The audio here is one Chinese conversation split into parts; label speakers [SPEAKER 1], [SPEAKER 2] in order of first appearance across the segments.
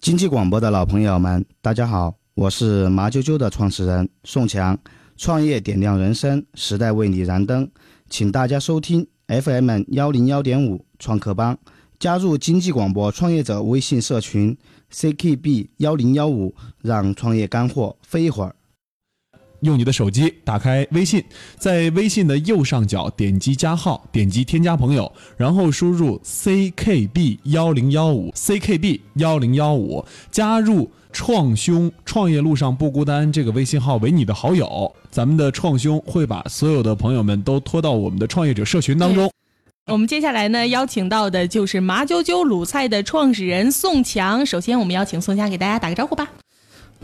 [SPEAKER 1] 经济广播的老朋友们，大家好，我是麻啾啾的创始人宋强。创业点亮人生，时代为你燃灯，请大家收听 FM 幺零幺点五创客帮，加入经济广播创业者微信社群 CKB 幺零幺五，让创业干货飞一会儿。
[SPEAKER 2] 用你的手机打开微信，在微信的右上角点击加号，点击添加朋友，然后输入 ckb 幺零幺五 ckb 幺零幺五，加入“创兄创业路上不孤单”这个微信号为你的好友。咱们的创兄会把所有的朋友们都拖到我们的创业者社群当中。
[SPEAKER 3] 我们接下来呢，邀请到的就是麻啾啾鲁菜的创始人宋强。首先，我们邀请宋强给大家打个招呼吧。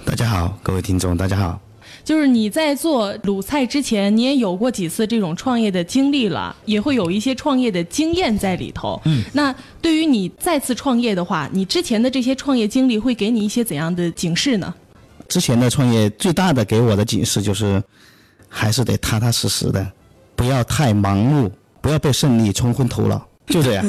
[SPEAKER 1] 大家好，各位听众，大家好。
[SPEAKER 3] 就是你在做鲁菜之前，你也有过几次这种创业的经历了，也会有一些创业的经验在里头。嗯，那对于你再次创业的话，你之前的这些创业经历会给你一些怎样的警示呢？
[SPEAKER 1] 之前的创业最大的给我的警示就是，还是得踏踏实实的，不要太盲目，不要被胜利冲昏头脑，就 这样，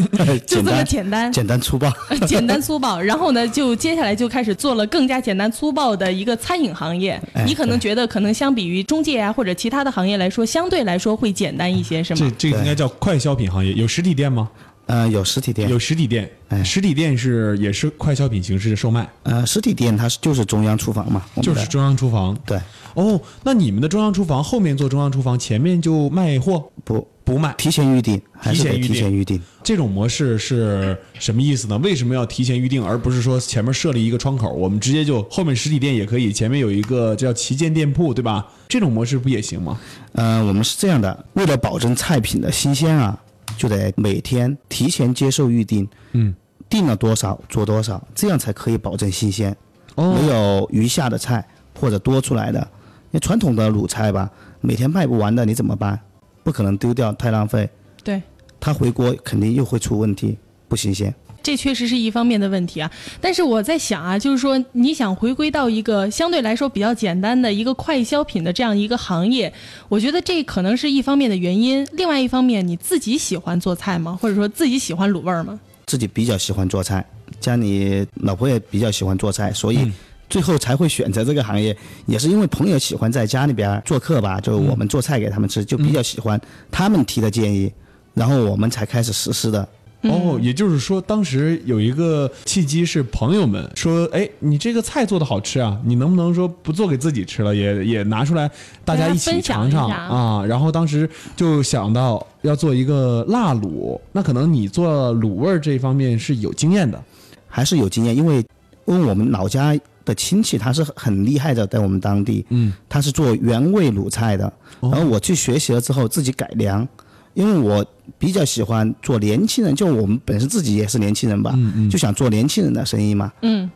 [SPEAKER 3] 就这么简单，
[SPEAKER 1] 简单粗暴，
[SPEAKER 3] 简单粗暴。然后呢，就接下来就开始做了更加简单粗暴的一个餐饮行业。
[SPEAKER 1] 哎
[SPEAKER 3] 你可能觉得，可能相比于中介啊或者其他的行业来说，相对来说会简单一些，是
[SPEAKER 2] 这
[SPEAKER 3] 吗？
[SPEAKER 2] 这个应该叫快消品行业，有实体店吗？
[SPEAKER 1] 呃，有实体店，
[SPEAKER 2] 有实体店，
[SPEAKER 1] 哎
[SPEAKER 2] 实体店是也是快消品形式的售卖，
[SPEAKER 1] 呃，实体店它是就是中央厨房嘛，我们
[SPEAKER 2] 就
[SPEAKER 1] 的
[SPEAKER 2] 是中央厨房。
[SPEAKER 1] 对，
[SPEAKER 2] 哦，那你们的中央厨房后面做中央厨房，前面就卖货
[SPEAKER 1] 不
[SPEAKER 2] 不卖？
[SPEAKER 1] 提前预定，还是得
[SPEAKER 2] 提前预定
[SPEAKER 1] 提前预定。
[SPEAKER 2] 这种模式是什么意思呢？为什么要提前预定，而不是说前面设立一个窗口，我们直接就后面实体店也可以，前面有一个叫旗舰店铺，对吧？这种模式不也行吗？
[SPEAKER 1] 呃，我们是这样的，为了保证菜品的新鲜啊，就得每天提前接受预定，
[SPEAKER 2] 嗯，
[SPEAKER 1] 定了多少做多少，这样才可以保证新鲜，没
[SPEAKER 2] 哦，
[SPEAKER 1] 有余下的菜或者多出来的。那传统的卤菜吧，每天卖不完的你怎么办？不可能丢掉，太浪费。
[SPEAKER 3] 对。
[SPEAKER 1] 它回锅肯定又会出问题，不新鲜。
[SPEAKER 3] 这确实是一方面的问题啊。但是我在想啊，就是说你想回归到一个相对来说比较简单的一个快消品的这样一个行业，我觉得这可能是一方面的原因。另外一方面，你自己喜欢做菜吗？或者说自己喜欢卤味儿吗？
[SPEAKER 1] 自己比较喜欢做菜，家里老婆也比较喜欢做菜，所以最后才会选择这个行业，也是因为朋友喜欢在家里边做客吧，就我们做菜给他们吃，就比较喜欢他们提的建议，然后我们才开始实施的。
[SPEAKER 3] 嗯
[SPEAKER 2] 哦，也就是说，当时有一个契机是朋友们说，哎，你这个菜做的好吃啊，你能不能说不做给自己吃了，也也拿出来大家一起尝
[SPEAKER 3] 大家分享
[SPEAKER 2] 尝
[SPEAKER 3] 一下
[SPEAKER 2] 啊？然后当时就想到要做一个辣卤，那可能你做卤味儿这方面是有经验的，
[SPEAKER 1] 还是有经验，因为因为我们老家的亲戚他是很厉害的，在我们当地，
[SPEAKER 2] 嗯，
[SPEAKER 1] 他是做原味卤菜的，
[SPEAKER 2] 哦
[SPEAKER 1] 然后我去学习了之后自己改良，因为我比较喜欢做年轻人，就我们本身自己也是年轻人吧，
[SPEAKER 2] 嗯嗯
[SPEAKER 1] 就想做年轻人的生意嘛，
[SPEAKER 3] 嗯，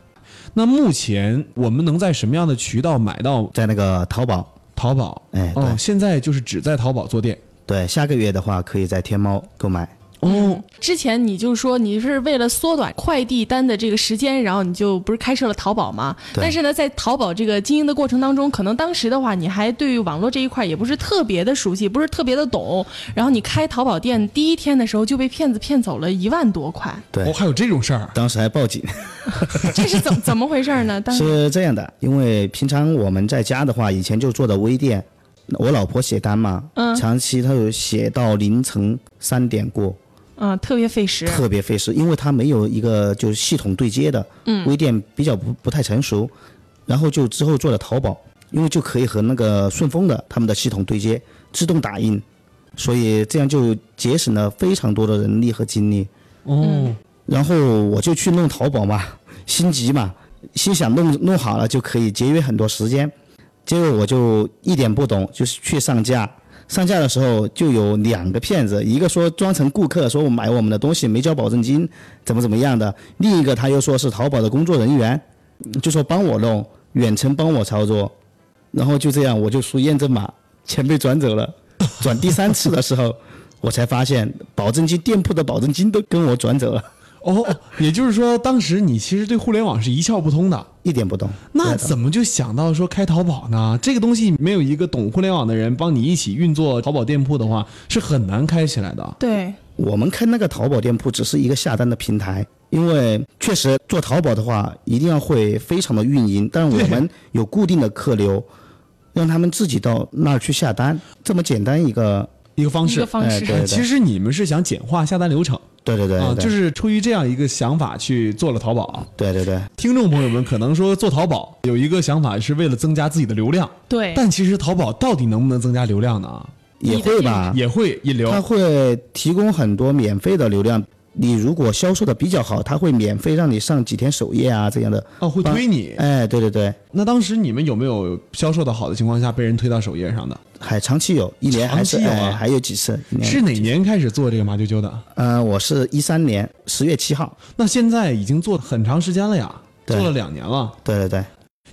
[SPEAKER 2] 那目前我们能在什么样的渠道买到
[SPEAKER 1] 在那个淘宝，
[SPEAKER 2] 淘宝？
[SPEAKER 1] 哎，对、
[SPEAKER 2] 哦，现在就是只在淘宝做店。
[SPEAKER 1] 对，下个月的话可以在天猫购买，
[SPEAKER 2] 哦，
[SPEAKER 3] 之前你就说你是为了缩短快递单的这个时间，然后你就不是开设了淘宝吗？
[SPEAKER 1] 对
[SPEAKER 3] 但是呢，在淘宝这个经营的过程当中，可能当时的话，你还对于网络这一块也不是特别的熟悉，不是特别的懂。然后你开淘宝店第一天的时候就被骗子骗走了一万多块，
[SPEAKER 1] 对
[SPEAKER 2] 哦，还有这种事儿？
[SPEAKER 1] 当时还报警。
[SPEAKER 3] 这是怎怎么回事呢？当时
[SPEAKER 1] 是这样的，因为平常我们在家的话，以前就做的微店，我老婆写单嘛，
[SPEAKER 3] 嗯
[SPEAKER 1] 长期她有写到凌晨三点过，
[SPEAKER 3] 啊、特别费时。
[SPEAKER 1] 特别费时，因为它没有一个就是系统对接的，嗯，微店比较不不太成熟，然后就之后做了淘宝，因为就可以和那个顺丰的他们的系统对接，自动打印，所以这样就节省了非常多的人力和精力。
[SPEAKER 2] 哦，
[SPEAKER 3] 嗯
[SPEAKER 1] 然后我就去弄淘宝嘛，心急嘛，心想弄弄好了就可以节约很多时间。结果我就一点不懂，就是去上架。上架的时候就有两个骗子，一个说装成顾客，说我买我们的东西没交保证金，怎么怎么样的；另一个他又说是淘宝的工作人员，就说帮我弄，远程帮我操作。然后就这样，我就输验证码，钱被转走了。转第三次的时候，我才发现保证金店铺的保证金都跟我转走了。
[SPEAKER 2] 哦，也就是说，当时你其实对互联网是一窍不通的，
[SPEAKER 1] 一点不懂。
[SPEAKER 2] 那
[SPEAKER 1] 对
[SPEAKER 2] 怎么就想到说开淘宝呢？这个东西没有一个懂互联网的人帮你一起运作淘宝店铺的话，是很难开起来的。
[SPEAKER 3] 对，
[SPEAKER 1] 我们开那个淘宝店铺只是一个下单的平台，因为确实做淘宝的话，一定要会非常的运营，但是我们有固定的客流，让他们自己到那儿去下单，这么简单一个，
[SPEAKER 2] 一个方
[SPEAKER 3] 一个
[SPEAKER 2] 式，
[SPEAKER 3] 方
[SPEAKER 1] 哎
[SPEAKER 3] 式。
[SPEAKER 1] 对
[SPEAKER 2] 其实你们是想简化下单流程
[SPEAKER 1] 对对对
[SPEAKER 2] 啊，
[SPEAKER 1] 对，
[SPEAKER 2] 就是出于这样一个想法去做了淘宝。啊
[SPEAKER 1] 对对对，
[SPEAKER 2] 听众朋友们可能说做淘宝有一个想法是为了增加自己的流量，
[SPEAKER 3] 对，
[SPEAKER 2] 但其实淘宝到底能不能增加流量呢？
[SPEAKER 1] 也会吧，
[SPEAKER 2] 也会引流
[SPEAKER 1] 啊它会提供很多免费的流量。你如果销售的比较好，它会免费让你上几天首页啊这样的。
[SPEAKER 2] 哦，会推你。
[SPEAKER 1] 哎，对对对，
[SPEAKER 2] 那当时你们有没有销售的好的情况下被人推到首页上的？
[SPEAKER 1] 还长期有，一年还是
[SPEAKER 2] 长期有啊
[SPEAKER 1] 哎还有几次。一年
[SPEAKER 2] 是哪年开始做这个麻啾啾的？
[SPEAKER 1] 呃，我是一三年十月七号。
[SPEAKER 2] 那现在已经做了很长时间了呀，
[SPEAKER 1] 对
[SPEAKER 2] 做了两年了。
[SPEAKER 1] 对对对。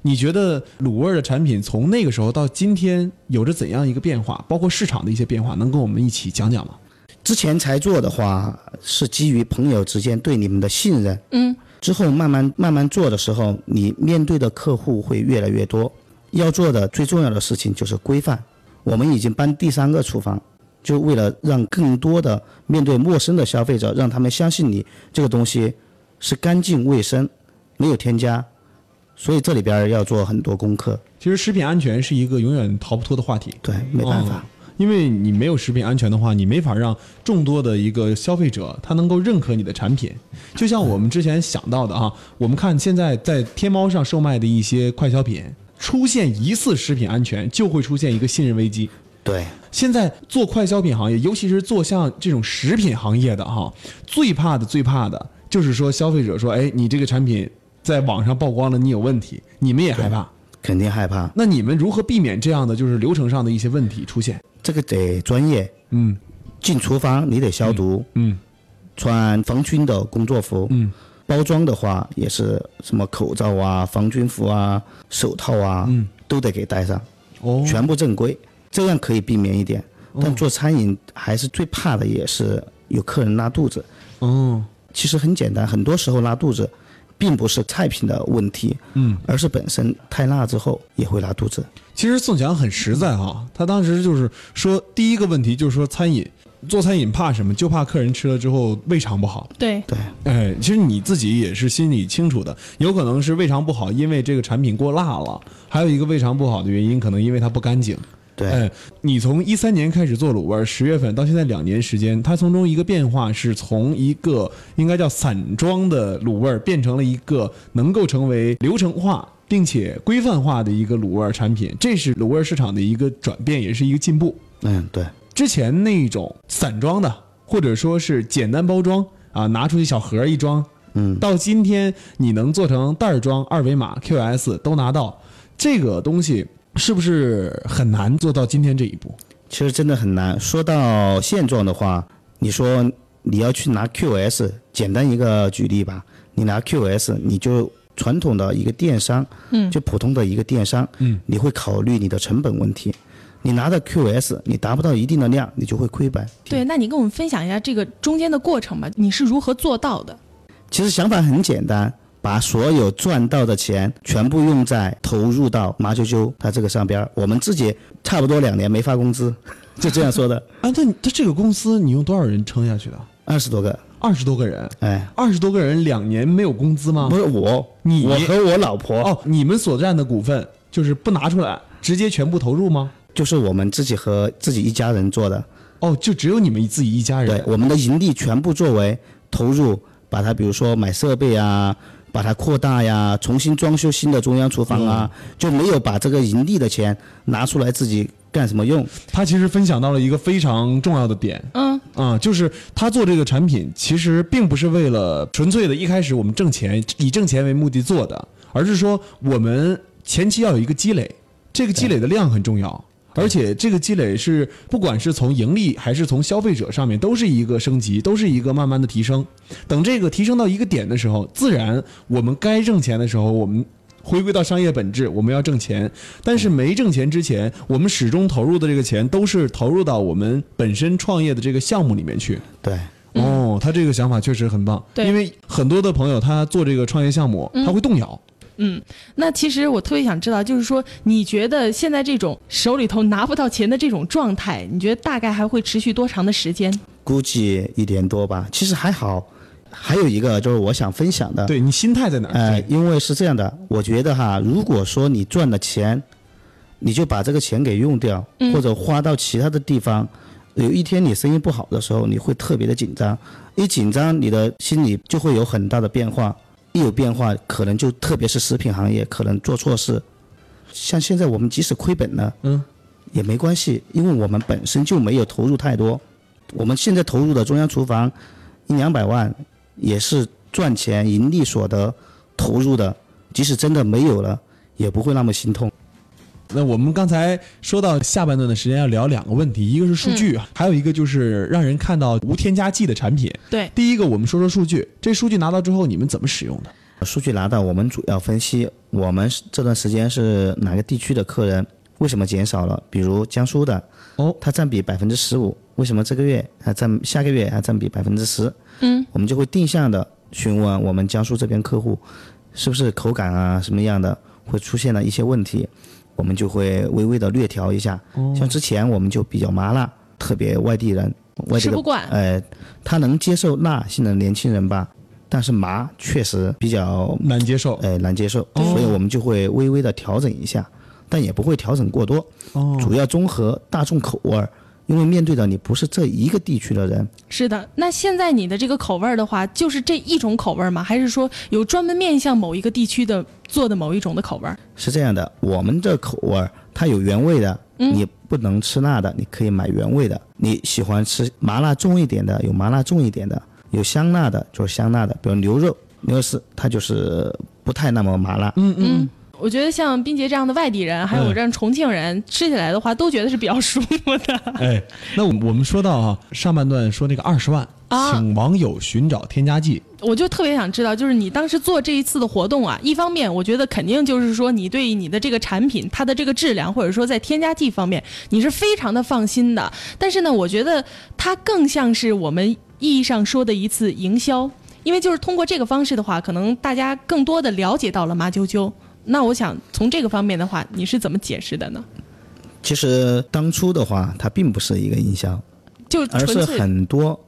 [SPEAKER 2] 你觉得卤味儿的产品从那个时候到今天有着怎样一个变化？包括市场的一些变化，能跟我们一起讲讲吗？
[SPEAKER 1] 之前才做的话，是基于朋友之间对你们的信任。
[SPEAKER 3] 嗯，
[SPEAKER 1] 之后慢慢慢慢做的时候，你面对的客户会越来越多。要做的最重要的事情就是规范。我们已经搬第三个厨房，就为了让更多的面对陌生的消费者，让他们相信你这个东西是干净卫生，没有添加。所以这里边儿要做很多功课。
[SPEAKER 2] 其实食品安全是一个永远逃不脱的话题。
[SPEAKER 1] 对，没办法。
[SPEAKER 2] 嗯因为你没有食品安全的话，你没法让众多的一个消费者他能够认可你的产品。就像我们之前想到的啊， 我们看现在在天猫上售卖的一些快消品，出现疑似食品安全，就会出现一个信任危机。
[SPEAKER 1] 对，
[SPEAKER 2] 现在做快消品行业，尤其是做像这种食品行业的哈，最怕的最怕的就是说消费者说，哎，你这个产品在网上曝光了，你有问题，你们也害怕。
[SPEAKER 1] 肯定害怕。
[SPEAKER 2] 那你们如何避免这样的就是流程上的一些问题出现？
[SPEAKER 1] 这个得专业。
[SPEAKER 2] 嗯
[SPEAKER 1] 进厨房你得消毒。
[SPEAKER 2] 嗯，
[SPEAKER 1] 穿防菌的工作服，
[SPEAKER 2] 嗯，
[SPEAKER 1] 包装的话也是什么口罩啊、防菌服啊、手套啊，
[SPEAKER 2] 嗯，
[SPEAKER 1] 都得给戴上，
[SPEAKER 2] 哦，
[SPEAKER 1] 全部正规，这样可以避免一点。但
[SPEAKER 2] 哦
[SPEAKER 1] 做餐饮还是最怕的，也是有客人拉肚子。
[SPEAKER 2] 哦，
[SPEAKER 1] 其实很简单，很多时候拉肚子，并不是菜品的问题，
[SPEAKER 2] 嗯，
[SPEAKER 1] 而是本身太辣之后也会拉肚子。
[SPEAKER 2] 其实宋强很实在啊，他当时就是说，第一个问题就是说餐饮。做餐饮怕什么？就怕客人吃了之后胃肠不好。
[SPEAKER 3] 对，
[SPEAKER 1] 对，
[SPEAKER 2] 哎，其实你自己也是心里清楚的，有可能是胃肠不好，因为这个产品过辣了；还有一个胃肠不好的原因，可能因为它不干净。
[SPEAKER 1] 对，
[SPEAKER 2] 哎，你从一三年开始做卤味儿，十月份到现在两年时间，它从中一个变化是从一个应该叫散装的卤味儿，变成了一个能够成为流程化并且规范化的一个卤味儿产品，这是卤味儿市场的一个转变，也是一个进步。
[SPEAKER 1] 嗯，对，
[SPEAKER 2] 之前那种散装的，或者说是简单包装啊，拿出去小盒儿一装，
[SPEAKER 1] 嗯，
[SPEAKER 2] 到今天你能做成袋儿装、二维码、QS 都拿到，这个东西是不是很难做到今天这一步？
[SPEAKER 1] 其实真的很难。说到现状的话，你说你要去拿 QS，简单一个举例吧，你拿 QS，你就传统的一个电商，
[SPEAKER 3] 嗯
[SPEAKER 1] 就普通的一个电商，
[SPEAKER 2] 嗯，
[SPEAKER 1] 你会考虑你的成本问题。你拿着 QS，你达不到一定的量，你就会亏本。
[SPEAKER 3] 对，那你跟我们分享一下这个中间的过程吧，你是如何做到的？
[SPEAKER 1] 其实想法很简单，把所有赚到的钱全部用在投入到麻啾啾它这个上边儿。我们自己差不多两年没发工资，就这样说的，
[SPEAKER 2] 啊，那你它这个公司你用多少人撑下去的？
[SPEAKER 1] 二十多个，
[SPEAKER 2] 二十多个人，
[SPEAKER 1] 哎，
[SPEAKER 2] 二十多个人两年没有工资吗
[SPEAKER 1] 不？是我，
[SPEAKER 2] 啊你
[SPEAKER 1] 我和我老婆
[SPEAKER 2] 哦，你们所占的股份就是不拿出来，直接全部投入吗？
[SPEAKER 1] 就是我们自己和自己一家人做的，
[SPEAKER 2] 哦，就只有你们自己一家人。
[SPEAKER 1] 对，我们的盈利全部作为投入，把它比如说买设备啊，把它扩大呀，重新装修新的中央厨房啊，
[SPEAKER 2] 嗯
[SPEAKER 1] 就没有把这个盈利的钱拿出来自己干什么用？
[SPEAKER 2] 他其实分享到了一个非常重要的点，
[SPEAKER 3] 嗯，
[SPEAKER 2] 啊、就是他做这个产品，其实并不是为了纯粹的一开始我们挣钱，以挣钱为目的做的，而是说我们前期要有一个积累，这个积累的量很重要，而且这个积累是不管是从盈利还是从消费者上面，都是一个升级，都是一个慢慢的提升。等这个提升到一个点的时候，自然我们该挣钱的时候，我们。回归到商业本质，我们要挣钱，但是没挣钱之前，我们始终投入的这个钱都是投入到我们本身创业的这个项目里面去。
[SPEAKER 1] 对，
[SPEAKER 2] 哦，他这个想法确实很棒，
[SPEAKER 3] 嗯对
[SPEAKER 2] 因为很多的朋友他做这个创业项目，
[SPEAKER 3] 嗯
[SPEAKER 2] 他会动摇。
[SPEAKER 3] 嗯，那其实我特别想知道，就是说，你觉得现在这种手里头拿不到钱的这种状态，你觉得大概还会持续多长的时间？
[SPEAKER 1] 估计一年多吧，其实还好。还有一个就是我想分享的，
[SPEAKER 2] 对你心态在哪儿？
[SPEAKER 3] 哎
[SPEAKER 1] 呃，
[SPEAKER 2] 对
[SPEAKER 1] 因为是这样的，我觉得哈，如果说你赚了钱，你就把这个钱给用掉，或者花到其他的地方。有一天你生意不好的时候，你会特别的紧张，一紧张你的心理就会有很大的变化，一有变化，可能就特别是食品行业，可能做错事。像现在我们即使亏本了，
[SPEAKER 2] 嗯，
[SPEAKER 1] 也没关系，因为我们本身就没有投入太多。我们现在投入的中央厨房一两百万，也是赚钱盈利所得投入的，即使真的没有了，也不会那么心痛。
[SPEAKER 2] 那我们刚才说到下半段的时间要聊两个问题，一个是数
[SPEAKER 3] 嗯
[SPEAKER 2] 据，啊还有一个就是让人看到无添加剂的产品。
[SPEAKER 3] 对，
[SPEAKER 2] 第一个，我们说说数据，这数据拿到之后你们怎么使用的？
[SPEAKER 1] 数据拿到，我们主要分析我们这段时间是哪个地区的客人为什么减少了，比如江苏的，
[SPEAKER 2] 哦，
[SPEAKER 1] 它占比百分之十五，为什么这个月还占下个月还占比百分之十？
[SPEAKER 3] 嗯，
[SPEAKER 1] 我们就会定向的询问我们江苏这边客户是不是口感啊什么样的会出现了一些问题，我们就会微微的略调一下。像之前我们就比较麻辣，特别外地人，外地
[SPEAKER 3] 吃
[SPEAKER 1] 的
[SPEAKER 3] 不惯。
[SPEAKER 1] 呃，他能接受辣，现在年轻人吧，但是麻确实比较
[SPEAKER 2] 难接受。
[SPEAKER 1] 呃难接受，所以我们就会微微的调整一下，但也不会调整过多，
[SPEAKER 2] 哦，
[SPEAKER 1] 主要综合大众口味儿。因为面对的你不是这一个地区的人，
[SPEAKER 3] 是的，那现在你的这个口味儿的话，就是这一种口味儿吗？还是说有专门面向某一个地区的做的某一种的口味儿？
[SPEAKER 1] 是这样的，我们这口味儿它有原味的，你不能吃辣的，你可以买原味的。你喜欢吃麻辣重一点的，有麻辣重一点的，有香辣的就是香辣的，比如牛肉，牛肉是它就是不太那么麻辣，
[SPEAKER 2] 嗯嗯嗯，
[SPEAKER 3] 我觉得像冰杰这样的外地人，还有我这样重庆人，吃起来的话，都觉得是比较舒服的。
[SPEAKER 2] 哎，那我们我们说到啊，上半段说那个二十万，
[SPEAKER 3] 啊
[SPEAKER 2] 请网友寻找添加剂。
[SPEAKER 3] 我就特别想知道，就是你当时做这一次的活动啊，一方面我觉得肯定就是说你对你的这个产品它的这个质量，或者说在添加剂方面，你是非常的放心的。但是呢，我觉得它更像是我们意义上说的一次营销，因为就是通过这个方式的话，可能大家更多的了解到了麻啾啾。那我想从这个方面的话，你是怎么解释的呢？
[SPEAKER 1] 其实当初的话，它并不是一个营销，
[SPEAKER 3] 就
[SPEAKER 1] 而
[SPEAKER 3] 纯
[SPEAKER 1] 是
[SPEAKER 3] 粹
[SPEAKER 1] 很多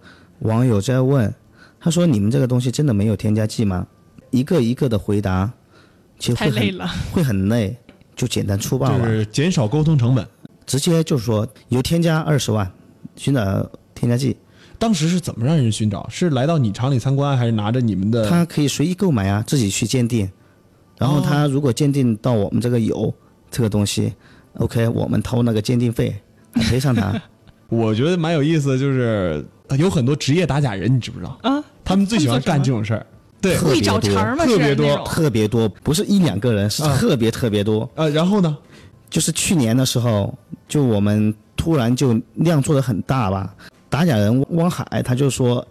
[SPEAKER 1] 网友在问，他说：“你们这个东西真的没有添加剂吗？”一个一个的回答，其实
[SPEAKER 3] 太
[SPEAKER 1] 会
[SPEAKER 3] 累
[SPEAKER 1] 很
[SPEAKER 3] 了。
[SPEAKER 1] 会很累，就简单粗暴
[SPEAKER 2] 就
[SPEAKER 1] 了，
[SPEAKER 2] 是减少沟通成本。
[SPEAKER 1] 直接就说有添加二十万，寻找添加剂，
[SPEAKER 2] 当时是怎么让人寻找？是来到你厂里参观，还是拿着你们的？
[SPEAKER 1] 他可以随意购买啊，自己去鉴定，然后
[SPEAKER 3] 哦
[SPEAKER 1] 他如果鉴定到我们这个有这个东西，OK，我们掏那个鉴定费，还赔上他。
[SPEAKER 2] 我觉得蛮有意思的，就是呃有很多职业打假人，你知不知道？
[SPEAKER 3] 啊，
[SPEAKER 2] 他们最喜欢
[SPEAKER 3] 他
[SPEAKER 2] 干
[SPEAKER 3] 们
[SPEAKER 2] 这
[SPEAKER 3] 做
[SPEAKER 2] 种事儿。对，
[SPEAKER 1] 特
[SPEAKER 3] 会
[SPEAKER 1] 别
[SPEAKER 3] 找
[SPEAKER 1] 多
[SPEAKER 3] 茬儿吗？
[SPEAKER 2] 特别
[SPEAKER 3] 是
[SPEAKER 2] 多
[SPEAKER 3] 那种
[SPEAKER 1] 特别多，不是一两个人，是
[SPEAKER 2] 啊
[SPEAKER 1] 特别特别多。
[SPEAKER 2] 呃，然后呢？
[SPEAKER 1] 就是去年的时候，就我们突然就量做的很大吧。打假人汪海他就说：“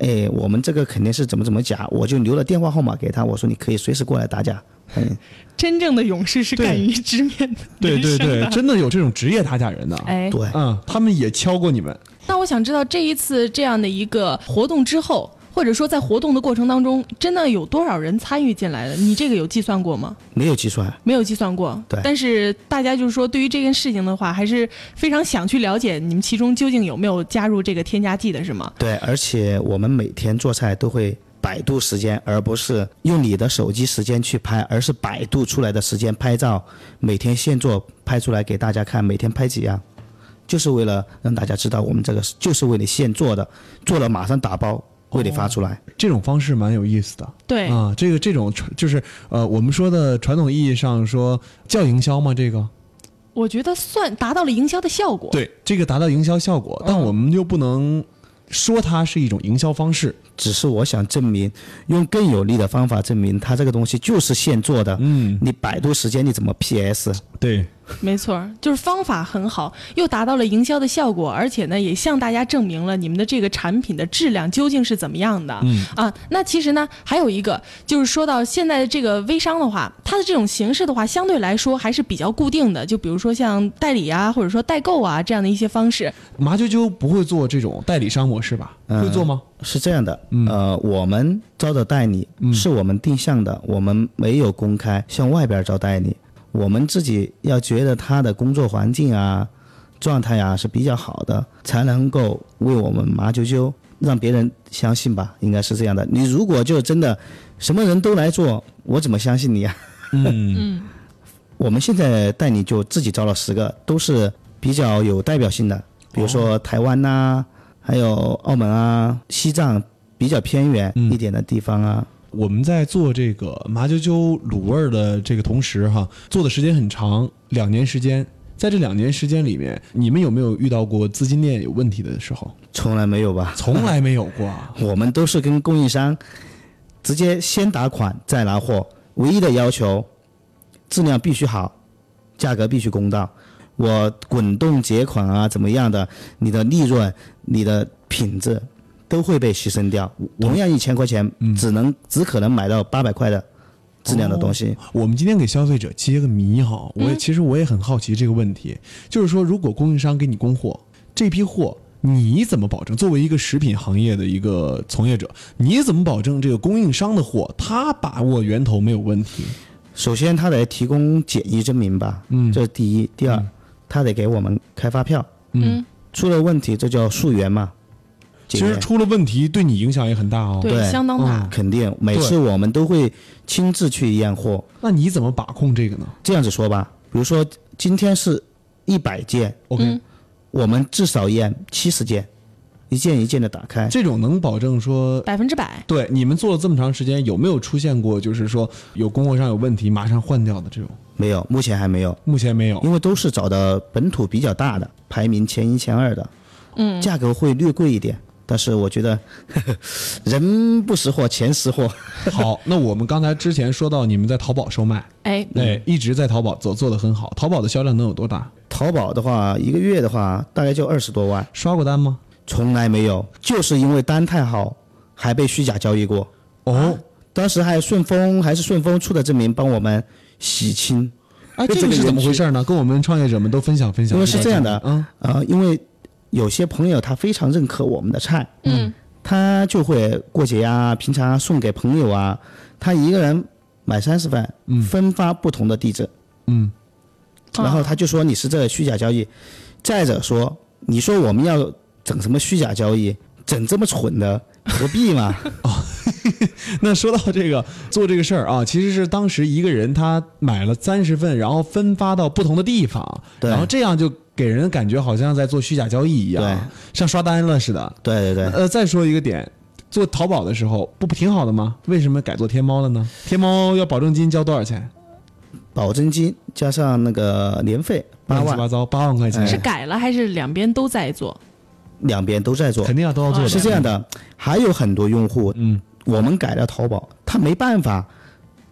[SPEAKER 1] 哎，我们这个肯定是怎么怎么假。”我就留了电话号码给他，我说：“你可以随时过来打假。”嗯，
[SPEAKER 3] 真正的勇士是
[SPEAKER 2] 对
[SPEAKER 3] 敢于直面的
[SPEAKER 2] 对对对，真的有这种职业打假人的。
[SPEAKER 3] 哎，
[SPEAKER 1] 对。
[SPEAKER 2] 嗯，他们也敲过你们。
[SPEAKER 3] 那我想知道这一次这样的一个活动之后，或者说在活动的过程当中，真的有多少人参与进来了？你这个有计算过吗？
[SPEAKER 1] 没有计算，
[SPEAKER 3] 没有计算过。
[SPEAKER 1] 对
[SPEAKER 3] 但是大家就是说，对于这件事情的话，还是非常想去了解你们其中究竟有没有加入这个添加剂的，是吗？
[SPEAKER 1] 对，而且我们每天做菜都会百度时间，而不是用你的手机时间去拍，而是百度出来的时间拍照，每天现做拍出来给大家看，每天拍几样，就是为了让大家知道我们这个是就是为你现做的，做了马上打包为你发出来。
[SPEAKER 2] 这种方式蛮有意思的
[SPEAKER 3] 对，
[SPEAKER 2] 啊，这个这种传就是呃，我们说的传统意义上说叫营销吗？这个
[SPEAKER 3] 我觉得算达到了营销的效果。
[SPEAKER 2] 对，这个达到营销效果，但我们又不能说它是一种营销方式。
[SPEAKER 1] 只是我想证明，用更有力的方法证明它这个东西就是现做的。
[SPEAKER 2] 嗯，
[SPEAKER 1] 你百度时间你怎么 PS？
[SPEAKER 2] 对，
[SPEAKER 3] 没错，就是方法很好，又达到了营销的效果，而且呢，也向大家证明了你们的这个产品的质量究竟是怎么样的。
[SPEAKER 2] 嗯
[SPEAKER 3] 啊，那其实呢，还有一个就是说到现在的这个微商的话，它的这种形式的话，相对来说还是比较固定的，就比如说像代理啊，或者说代购啊这样的一些方式。
[SPEAKER 2] 麻啾啾不会做这种代理商模式吧？
[SPEAKER 1] 嗯
[SPEAKER 2] 会做吗？
[SPEAKER 1] 是这样的，呃，我们招的代理是我们定向的，我们没有公开向外边招代理，我们自己要觉得他的工作环境啊、状态啊是比较好的，才能够为我们麻啾啾让别人相信吧，应该是这样的。你如果就真的什么人都来做，我怎么相信你啊？
[SPEAKER 2] 嗯，
[SPEAKER 1] 我们现在代理就自己招了十个，都是比较有代表性的，比如说台湾呐、还有澳门啊、西藏比较偏远一点的地方啊。
[SPEAKER 2] 我们在做这个麻啾啾卤味儿的这个同时，哈，做的时间很长，两年时间。在这两年时间里面，你们有没有遇到过资金链有问题的时候？
[SPEAKER 1] 从来没有吧？
[SPEAKER 2] 从来没有过啊。
[SPEAKER 1] 我们都是跟供应商直接先打款再拿货，唯一的要求质量必须好，价格必须公道。我滚动结款啊，怎么样的，你的利润、你的品质都会被牺牲掉。同样一千块钱，只能只可能买到八百块的质量的东西。
[SPEAKER 2] 哦
[SPEAKER 1] 嗯
[SPEAKER 2] 我们今天给消费者揭个谜哈，我也其实我也很好奇这个问题，就是说，如果供应商给你供货，这批货你怎么保证？作为一个食品行业的一个从业者，你怎么保证这个供应商的货他把握源头没有问题？
[SPEAKER 1] 首先，他得提供检疫证明吧，嗯，这是第一。第二，他得给我们开发票，
[SPEAKER 3] 嗯，
[SPEAKER 1] 出了问题这叫溯源嘛。
[SPEAKER 2] 其
[SPEAKER 1] 解
[SPEAKER 2] 实
[SPEAKER 1] 决
[SPEAKER 2] 出了问题对你影响也很大哦。
[SPEAKER 3] 对，
[SPEAKER 1] 对嗯
[SPEAKER 3] 相当大。
[SPEAKER 1] 肯定，每次我们都会亲自去验货。
[SPEAKER 2] 那你怎么把控这个呢
[SPEAKER 1] 这样子说吧，比如说今天是一百件，
[SPEAKER 2] ？OK，、
[SPEAKER 1] 我们至少验七十件，一件一件的打开。
[SPEAKER 2] 这种能保证说。
[SPEAKER 3] 百分之百，
[SPEAKER 2] 对，你们做了这么长时间，有没有出现过就是说有供货商有问题，马上换掉的这种？
[SPEAKER 1] 没有，目前还没有，
[SPEAKER 2] 目前没有。
[SPEAKER 1] 因为都是找的本土比较大的，排名前一前二的，嗯，价格会略贵一点。但是我觉得， 人不识货，钱识货。
[SPEAKER 2] 好，那我们刚才之前说到你们在淘宝售卖，
[SPEAKER 3] 哎，
[SPEAKER 2] 对，一直在淘宝做做的很好。淘宝的销量能有多大？
[SPEAKER 1] 淘宝的话，一个月的话大概就二十多万，
[SPEAKER 2] 刷过单吗？
[SPEAKER 1] 从来没有，就是因为单太好，还被虚假交易过。
[SPEAKER 2] 哦，
[SPEAKER 1] 当时还有顺丰，还是顺丰出的证明帮我们洗清。
[SPEAKER 2] 哎，
[SPEAKER 1] 这
[SPEAKER 2] 这
[SPEAKER 1] 个
[SPEAKER 2] 个是怎么
[SPEAKER 1] 园区
[SPEAKER 2] 回事呢？跟我们创业者们都分享分享。
[SPEAKER 1] 因为是这样的
[SPEAKER 2] 嗯，
[SPEAKER 1] 呃，因为有些朋友他非常认可我们的菜，嗯，他就会过节啊，平常啊送给朋友啊，他一个人买三十份，分发不同的地址，
[SPEAKER 2] 嗯，
[SPEAKER 1] 然后他就说你是这个虚假交易。再者说，你说我们要整什么虚假交易，整这么蠢的，何必 嘛？
[SPEAKER 2] 那说到这个做这个事儿啊，其实是当时一个人他买了三十份，然后分发到不同的地方，
[SPEAKER 1] 对
[SPEAKER 2] 然后这样就给人感觉好像在做虚假交易一
[SPEAKER 1] 对
[SPEAKER 2] 样，像刷单了似的。
[SPEAKER 1] 对对对，
[SPEAKER 2] 呃，再说一个点，做淘宝的时候不不挺好的吗？为什么改做天猫了呢？天猫要保证金交多少钱？
[SPEAKER 1] 保证金加上那个年费八
[SPEAKER 2] 乱七
[SPEAKER 1] 万，
[SPEAKER 2] 八糟，八万哎块钱
[SPEAKER 3] 是改了还是两边都在做？
[SPEAKER 1] 两边都在做，
[SPEAKER 2] 肯定要都要做的。
[SPEAKER 1] 是这样的，还有很多用户，
[SPEAKER 2] 嗯，
[SPEAKER 1] 我们改了淘宝，他没办法，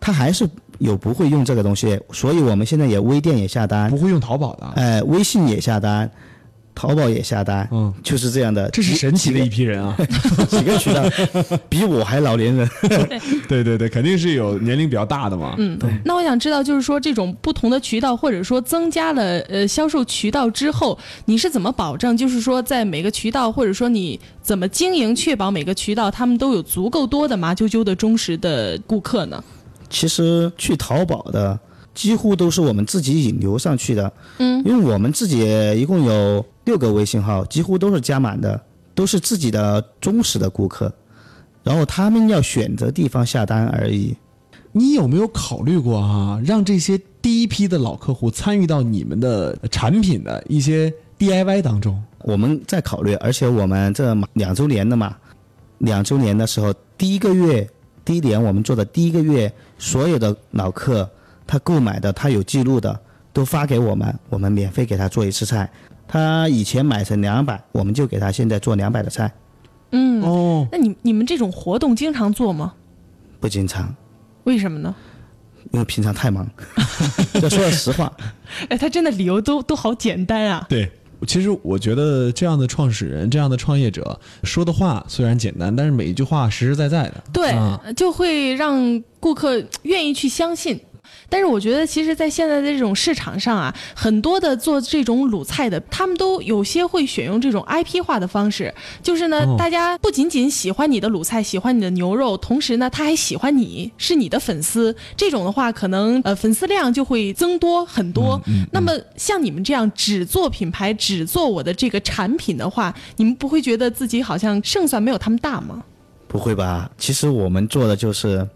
[SPEAKER 1] 他还是有不会用这个东西，所以我们现在也微店也下单
[SPEAKER 2] 不，会用淘宝的啊，
[SPEAKER 1] 哎、微信也下单，淘宝也下单，
[SPEAKER 2] 嗯，
[SPEAKER 1] 就是这样的，
[SPEAKER 2] 这是神奇的一批人啊！
[SPEAKER 1] 几个渠道，比我还老年人。
[SPEAKER 2] 对对对，肯定是有年龄比较大的嘛。嗯，
[SPEAKER 3] 那我想知道，就是说这种不同的渠道，或者说增加了呃销售渠道之后，你是怎么保证？就是说在每个渠道，或者说你怎么经营，确保每个渠道他们都有足够多的麻啾啾的忠实的顾客呢？
[SPEAKER 1] 其实去淘宝的几乎都是我们自己引流上去的，
[SPEAKER 3] 嗯，
[SPEAKER 1] 因为我们自己一共有六个微信号，几乎都是加满的，都是自己的忠实的顾客，然后他们要选择地方下单而已。
[SPEAKER 2] 你有没有考虑过啊，让这些第一批的老客户参与到你们的产品的一些 DIY 当中？
[SPEAKER 1] 我们在考虑，而且我们这两周年的嘛，两周年的时候，第一个月第一年我们做的第一个月，所有的老客他购买的，他有记录的，都发给我们，我们免费给他做一次菜。他以前买成两百，我们就给他现在做两百的菜，
[SPEAKER 3] 嗯，
[SPEAKER 2] 哦，
[SPEAKER 3] 那你你们这种活动经常做吗？
[SPEAKER 1] 不经常。
[SPEAKER 3] 为什么呢？
[SPEAKER 1] 因为平常太忙。这说了实话，
[SPEAKER 3] 哎，他真的理由都都好简单啊。
[SPEAKER 2] 对，其实我觉得这样的创始人、这样的创业者说的话虽然简单，但是每一句话实实在在的。
[SPEAKER 3] 对，
[SPEAKER 2] 啊
[SPEAKER 3] 就会让顾客愿意去相信。但是我觉得，其实，在现在的这种市场上啊，很多的做这种卤菜的，他们都有些会选用这种 IP 化的方式，就是呢，
[SPEAKER 2] 哦
[SPEAKER 3] 大家不仅仅喜欢你的卤菜，喜欢你的牛肉，同时呢，他还喜欢你，是你的粉丝。这种的话，可能呃粉丝量就会增多很多。那么像你们这样只做品牌、只做我的这个产品的话，你们不会觉得自己好像胜算没有他们大吗？
[SPEAKER 1] 不会吧？其实我们做的就是，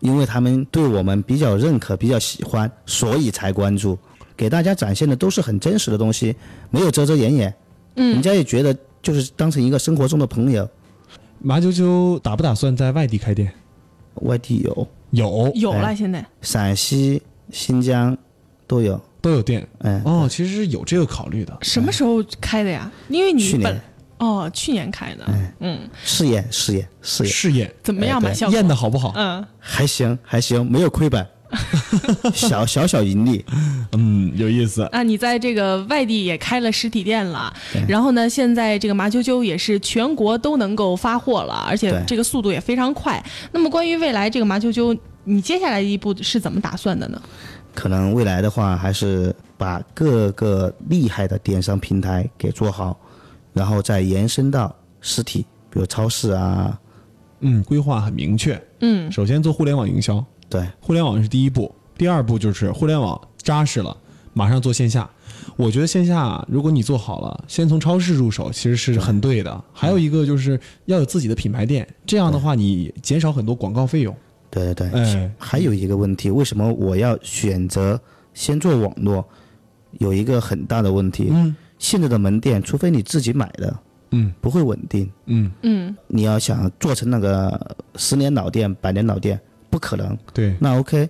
[SPEAKER 1] 因为他们对我们比较认可、比较喜欢，所以才关注。给大家展现的都是很真实的东西，没有遮遮掩掩。嗯，人家也觉得就是当成一个生活中的朋友。
[SPEAKER 2] 麻啾啾打不打算在外地开店？
[SPEAKER 1] 外地有，
[SPEAKER 2] 有，
[SPEAKER 3] 有了，
[SPEAKER 1] 哎
[SPEAKER 3] 现在。
[SPEAKER 1] 陕西、新疆都有。
[SPEAKER 2] 都有店。
[SPEAKER 1] 嗯，
[SPEAKER 2] 哦，其实是有这个考虑的。
[SPEAKER 3] 什么时候开的呀？因为你
[SPEAKER 1] 哎去
[SPEAKER 3] 嗯本
[SPEAKER 1] 年
[SPEAKER 3] 哦，去年开的，嗯，
[SPEAKER 1] 试验试验试验，
[SPEAKER 2] 试验
[SPEAKER 3] 怎么样嘛？
[SPEAKER 1] 哎对
[SPEAKER 3] 效果
[SPEAKER 2] 验的好不好？
[SPEAKER 3] 嗯，
[SPEAKER 1] 还行还行，没有亏本，小小小盈利。
[SPEAKER 2] 嗯，有意思。
[SPEAKER 3] 啊，你在这个外地也开了实体店了，然后呢，现在这个麻啾啾也是全国都能够发货了，而且
[SPEAKER 1] 对
[SPEAKER 3] 这个速度也非常快。那么关于未来这个麻啾啾，你接下来一步是怎么打算的呢？
[SPEAKER 1] 可能未来的话，还是把各个厉害的电商平台给做好，然后再延伸到实体，比如超市啊，
[SPEAKER 2] 嗯，规划很明确。
[SPEAKER 3] 嗯，
[SPEAKER 2] 首先做互联网营销，
[SPEAKER 1] 对，
[SPEAKER 2] 互联网是第一步，第二步就是互联网扎实了，马上做线下。我觉得线下如果你做好了，先从超市入手，其实是很对的。还有一个就是要有自己的品牌店，这样的话你减少很多广告费用。
[SPEAKER 1] 对对对。
[SPEAKER 2] 哎，
[SPEAKER 1] 还有一个问题，为什么我要选择先做网络？有一个很大的问题，
[SPEAKER 2] 嗯
[SPEAKER 1] 现在的门店，除非你自己买的，
[SPEAKER 2] 嗯
[SPEAKER 1] 不会稳定。
[SPEAKER 2] 嗯，
[SPEAKER 3] 嗯，
[SPEAKER 1] 你要想做成那个十年老店、百年老店，不可能。
[SPEAKER 2] 对
[SPEAKER 1] 那 OK，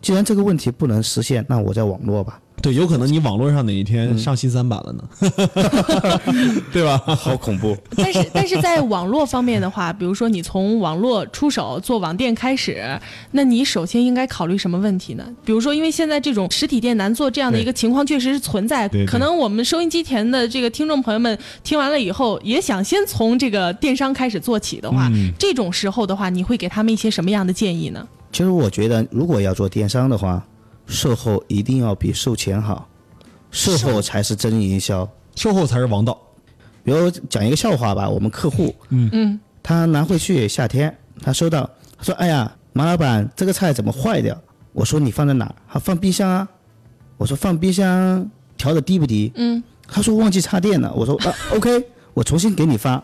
[SPEAKER 1] 既然这个问题不能实现，那我在网络吧，
[SPEAKER 2] 对，有可能你网络上哪一天上新三板了呢， 对吧？
[SPEAKER 1] 啊好恐怖。
[SPEAKER 3] 但是但是在网络方面的话，比如说你从网络出手做网店开始，那你首先应该考虑什么问题呢？比如说，因为现在这种实体店难做这样的一个情况确实是存在
[SPEAKER 2] 对对，
[SPEAKER 3] 可能我们收音机前的这个听众朋友们听完了以后，也想先从这个电商开始做起的话，这种时候的话，你会给他们一些什么样的建议呢？
[SPEAKER 1] 其实我觉得，如果要做电商的话，售后一定要比售前好，售后才是真营销。
[SPEAKER 2] 售后才是王道。
[SPEAKER 1] 比如讲一个笑话吧，我们客户，嗯嗯，他拿回去夏天，他收到，他说：“哎呀，马老板，这个菜怎么坏掉？”我说：“你放在哪儿？”他放冰箱啊。我说：“放冰箱调的低不低？”嗯，他说忘记插电了。我说：“啊，OK，我重新给你发。”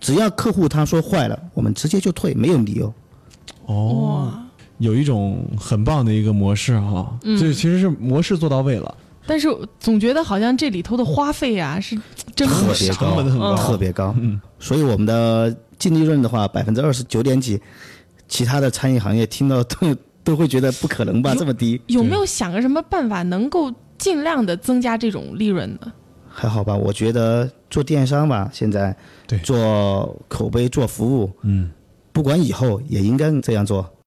[SPEAKER 1] 只要客户他说坏了，我们直接就退，没有理由。
[SPEAKER 2] 哦，有一种很棒的一个模式哈、就是其实是模式做到位了，
[SPEAKER 3] 但是总觉得好像这里头的花费啊是真
[SPEAKER 1] 特
[SPEAKER 3] 不
[SPEAKER 1] 别
[SPEAKER 3] 少。
[SPEAKER 1] 高，嗯
[SPEAKER 2] 成本很高
[SPEAKER 1] 特别高。所以我们的净利润的话，百分之二十九点几，其他的餐饮行业听到都 都会觉得不可能吧，这么低。
[SPEAKER 3] 有没有想个什么办法能够尽量的增加这种利润呢？
[SPEAKER 1] 还好吧，我觉得做电商吧，现在
[SPEAKER 2] 对
[SPEAKER 1] 做口碑、做服务，嗯，不管以后也应该这样做。